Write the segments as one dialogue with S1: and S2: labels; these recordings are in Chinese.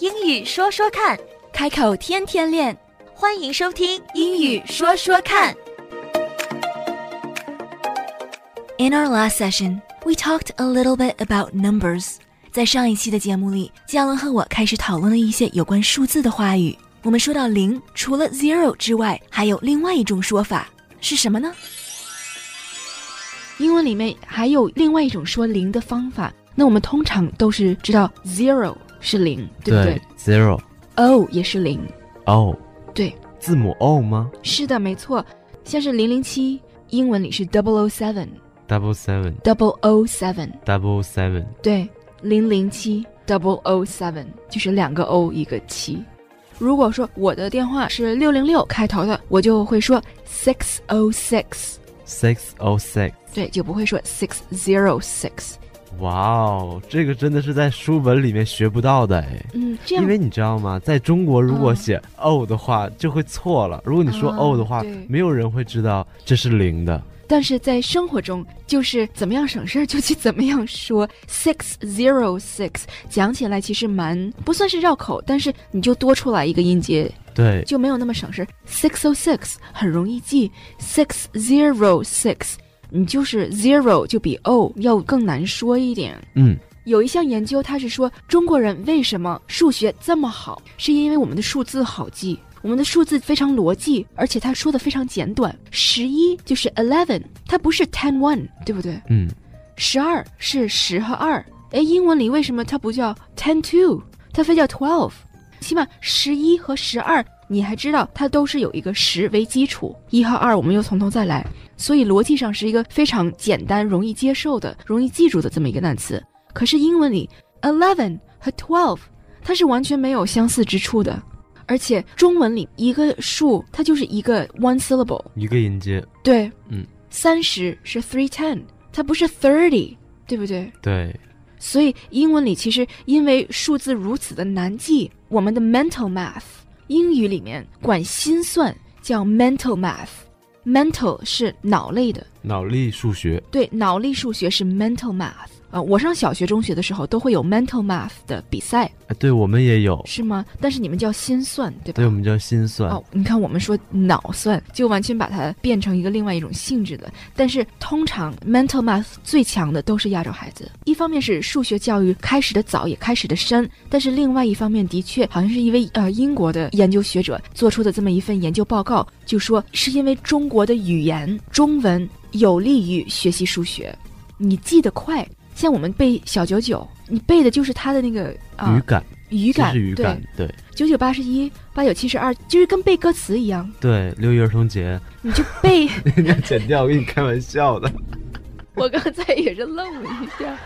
S1: 英语说说看，
S2: 开口天天练，
S1: 欢迎收听《英语说说看》。
S2: In our last session, we talked a little bit about numbers. 在上一期的节目里，嘉伦和我开始讨论了一些有关数字的话语。我们说到零，除了 zero 之外，还有另外一种说法是什么呢？
S3: 英文里面还有另外一种说零的方法，那我们通常都是知道 zero 是零，对不对
S4: ，zero
S3: ？o 也是零，
S4: O
S3: 对，
S4: 字母 O 吗
S3: 是的，没错。像是零零七，英文里是 double o seven。
S4: ？Double seven
S3: double o seven，
S4: double seven
S3: 对，零零七 double o seven 就是两个 o 一个七。如果说我的电话是六零六开头的，我就会说 six o six，
S4: six O six。
S3: 对，就不会说 six zero six。
S4: 哇哦，这个真的是在书本里面学不到的哎。
S3: 嗯，这样
S4: 因为你知道吗？在中国，如果
S3: 嗯
S4: 写 O 的话，就会错了。如果你说
S3: 啊
S4: O 的话
S3: 对，
S4: 没有人会知道这是零的。
S3: 但是在生活中，就是怎么样省事儿就去怎么样说 six zero six，讲起来其实蛮不算是绕口，但是你就多出来一个音节，
S4: 对，
S3: 就没有那么省事儿。six o six 很容易记，six zero six，你就是 zero 就比 o 要更难说一点。
S4: 嗯，
S3: 有一项研究，它是说中国人为什么数学这么好，是因为我们的数字好记，我们的数字非常逻辑，而且它说的非常简短。十一就是 eleven，它不是 ten one，对不对？
S4: 嗯，
S3: 十二是十和二，哎，英文里为什么它不叫 ten two，它非叫 twelve？起码十一和十二，你还知道它都是有一个十为基础，一和二我们又从头再来，所以逻辑上是一个非常简单、容易接受的、容易记住的这么一个单词。可是英文里 eleven 和 twelve 它是完全没有相似之处的，而且中文里一个数它就是一个 one syllable，
S4: 一个音节。
S3: 对，
S4: 嗯，
S3: 三十是 three ten，它不是 thirty，对不对？
S4: 对，
S3: 所以英文里其实因为数字如此的难记，我们的 mental math，英语里面管心算叫 mental math，mental 是脑类的，
S4: 脑力数学。
S3: 对，脑力数学是 mental math。啊、我上小学、中学的时候都会有 mental math 的比赛，
S4: 哎，对我们也有，
S3: 是吗？但是你们叫心算，对吧？
S4: 对我们叫心算
S3: 哦。，你看我们说脑算，就完全把它变成一个另外一种性质的。但是通常 mental math 最强的都是亚洲孩子，一方面是数学教育开始的早，也开始的深，但是另外一方面的确好像是一位呃英国的研究学者做出的这么一份研究报告，就说是因为中国的语言中文有利于学习数学，你记得快。像我们背小九九，你背的就是它的那个啊
S4: 语感，
S3: 语
S4: 这
S3: 感，
S4: 是语
S3: 对
S4: 感，对
S3: 九九八十一，八九七十二，就是跟背歌词一样，
S4: 对，六一儿童节，
S3: 你就背。
S4: 人家剪掉，我跟你开玩笑的。
S3: 我刚才也是愣了一下，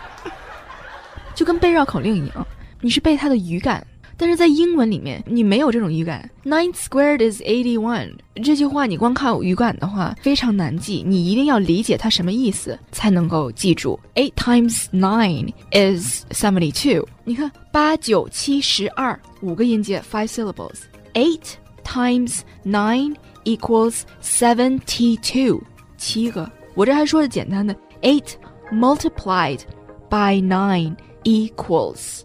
S3: 就跟背绕口令一样，你是背它的语感。但是在英文里面，你没有这种语感。Nine squared is eighty one 这句话，你光靠语感的话非常难记，你一定要理解它什么意思才能够记住。Eight times nine is seventy two。你看八九七十二五个音节，five syllables。Eight times nine equals seventy two。七个。我这还说的简单的，eight multiplied by nine equals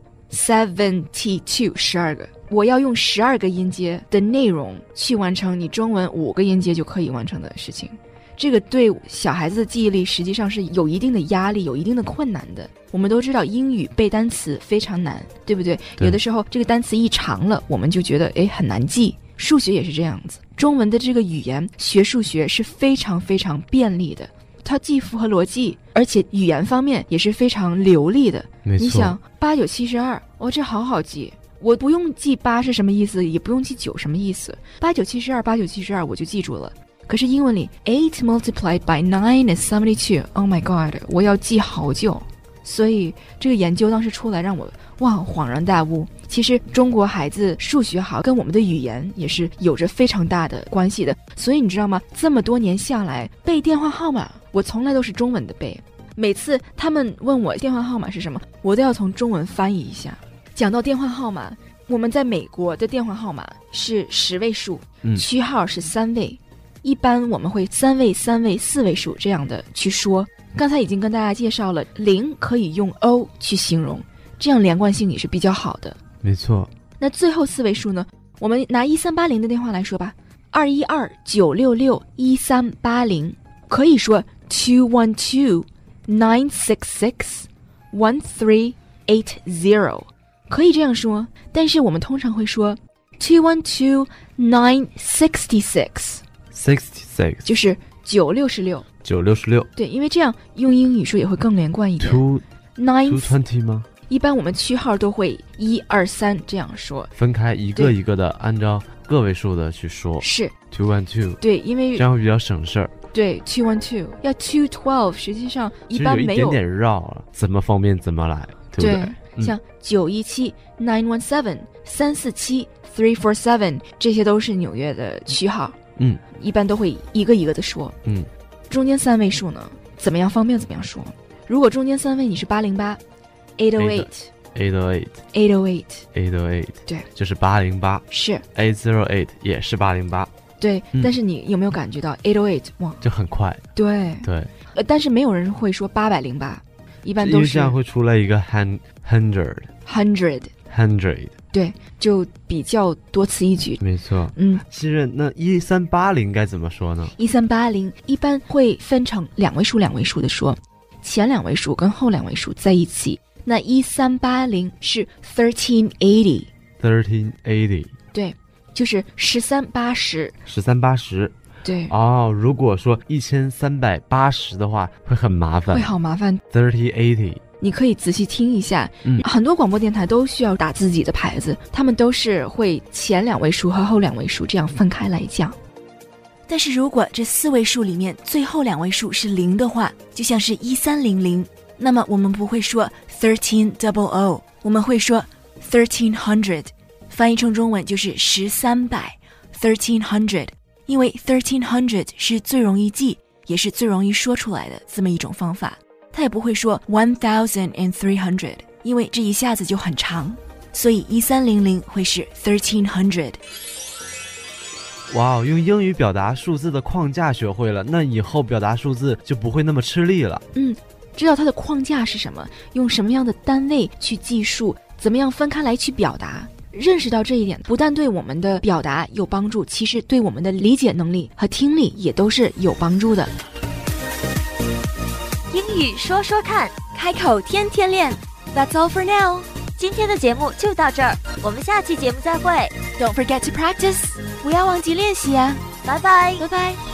S3: seventy two，十二个。我要用十二个音节的内容去完成你中文五个音节就可以完成的事情。这个对小孩子的记忆力实际上是有一定的压力、有一定的困难的。我们都知道英语背单词非常难，对不对？
S4: 对
S3: 有的时候这个单词一长了，我们就觉得诶很难记。数学也是这样子，中文的这个语言学数学是非常非常便利的，它既符合逻辑，而且语言方面也是非常流利的。
S4: 没
S3: 你
S4: 错
S3: 想，八九七十二，哦，这好好记，我不用记八是什么意思，也不用记九什么意思，八九七十二，八九七十二我就记住了。可是英文里 eight multiplied by nine is seventy two，Oh my god，我要记好久。所以这个研究当时出来让我哇恍然大悟，其实中国孩子数学好跟我们的语言也是有着非常大的关系的。所以你知道吗？这么多年下来，背电话号码我从来都是中文的背，每次他们问我电话号码是什么，我都要从中文翻译一下。讲到电话号码，我们在美国的电话号码是十位数，
S4: 嗯
S3: 区号是三位，一般我们会三位、三位、四位数这样的去说。刚才已经跟大家介绍了，零可以用 o 去形容，这样连贯性也是比较好的。
S4: 没错，
S3: 那最后四位数呢？我们拿一三八零的电话来说吧，二一二九六六一三八零，可以说 two one two nine six six one three eight zero，可以这样说。但是我们通常会说 two one two nine sixty six，
S4: sixty six
S3: 就是九六十六。
S4: 九六十六
S3: 对，因为这样用英语说也会更连贯一点。
S4: two two
S3: nine
S4: twenty 吗？
S3: 一般我们区号都会一二三这样说，
S4: 分开一个
S3: 对
S4: 一个的，按照个位数的去说
S3: 是
S4: two one two，
S3: 对，因
S4: 这
S3: 为
S4: 样会比较省事儿。
S3: 对 two one two 要 two twelve，实际上一
S4: 其实
S3: 般
S4: 一
S3: 没
S4: 点点绕了，怎么方便怎么来，对不对？嗯
S3: 像九一七 nine one seven 三四七 three four seven 这些都是纽约的区号，
S4: 嗯，
S3: 一般都会一个一个的说，
S4: 嗯，
S3: 中间三位数呢，怎么样方便怎么样说。如果中间三位你是八零八，eight o eight
S4: eight o eight
S3: eight o eight，
S4: eight o eight，
S3: 对，
S4: 就是八零八
S3: 是
S4: eight zero eight 也是八零八，
S3: 对，
S4: 嗯
S3: 但是你有没有感觉到 eight o eight 哇？
S4: 就很快。
S3: 对，
S4: 对，
S3: 呃，但是没有人会说八百零八，一般
S4: 因
S3: 都
S4: 为
S3: 是
S4: 这样会出来一个 hun- hundred
S3: hundred，
S4: hundred，
S3: 就比较多此一举。
S4: 没错。
S3: 嗯，
S4: 新任，那一三八零该怎么说呢？
S3: 一三八零一般会分成两位数、两位数的说，前两位数跟后两位数在一起。那一三八零是 thirteen eighty，
S4: thirteen eighty，
S3: 就是十三八十。
S4: 十三八十。
S3: 对，
S4: 哦，如果说一千三百八十的话，会很麻烦
S3: 会。好麻烦。
S4: thirty eighty，
S3: 你可以仔细听一下，
S4: 嗯
S3: 很多广播电台都需要打自己的牌子，他们都是会前两位数和后两位数这样分开来讲。
S2: 但是如果这四位数里面最后两位数是零的话，就像是一三零零，那么我们不会说 thirteen double o，我们会说 thirteen hundred，翻译成中文就是十三百 thirteen hundred，因为 thirteen hundred 是最容易记，也是最容易说出来的这么一种方法。它也不会说 one thousand and three hundred，因为这一下子就很长，所以一三零零会是 thirteen hundred。
S4: 哇哦，用英语表达数字的框架学会了，那以后表达数字就不会那么吃力了。
S3: 知道它的框架是什么，用什么样的单位去计数，怎么样分开来去表达。认识到这一点，不但对我们的表达有帮助，其实对我们的理解能力和听力也都是有帮助的。
S1: 英语说说看，开口天天练。That's all for now。今天的节目就到这儿，我们下期节目再会，
S2: Don't forget to practice，不要忘记练习啊！
S1: 拜拜。
S2: 拜拜。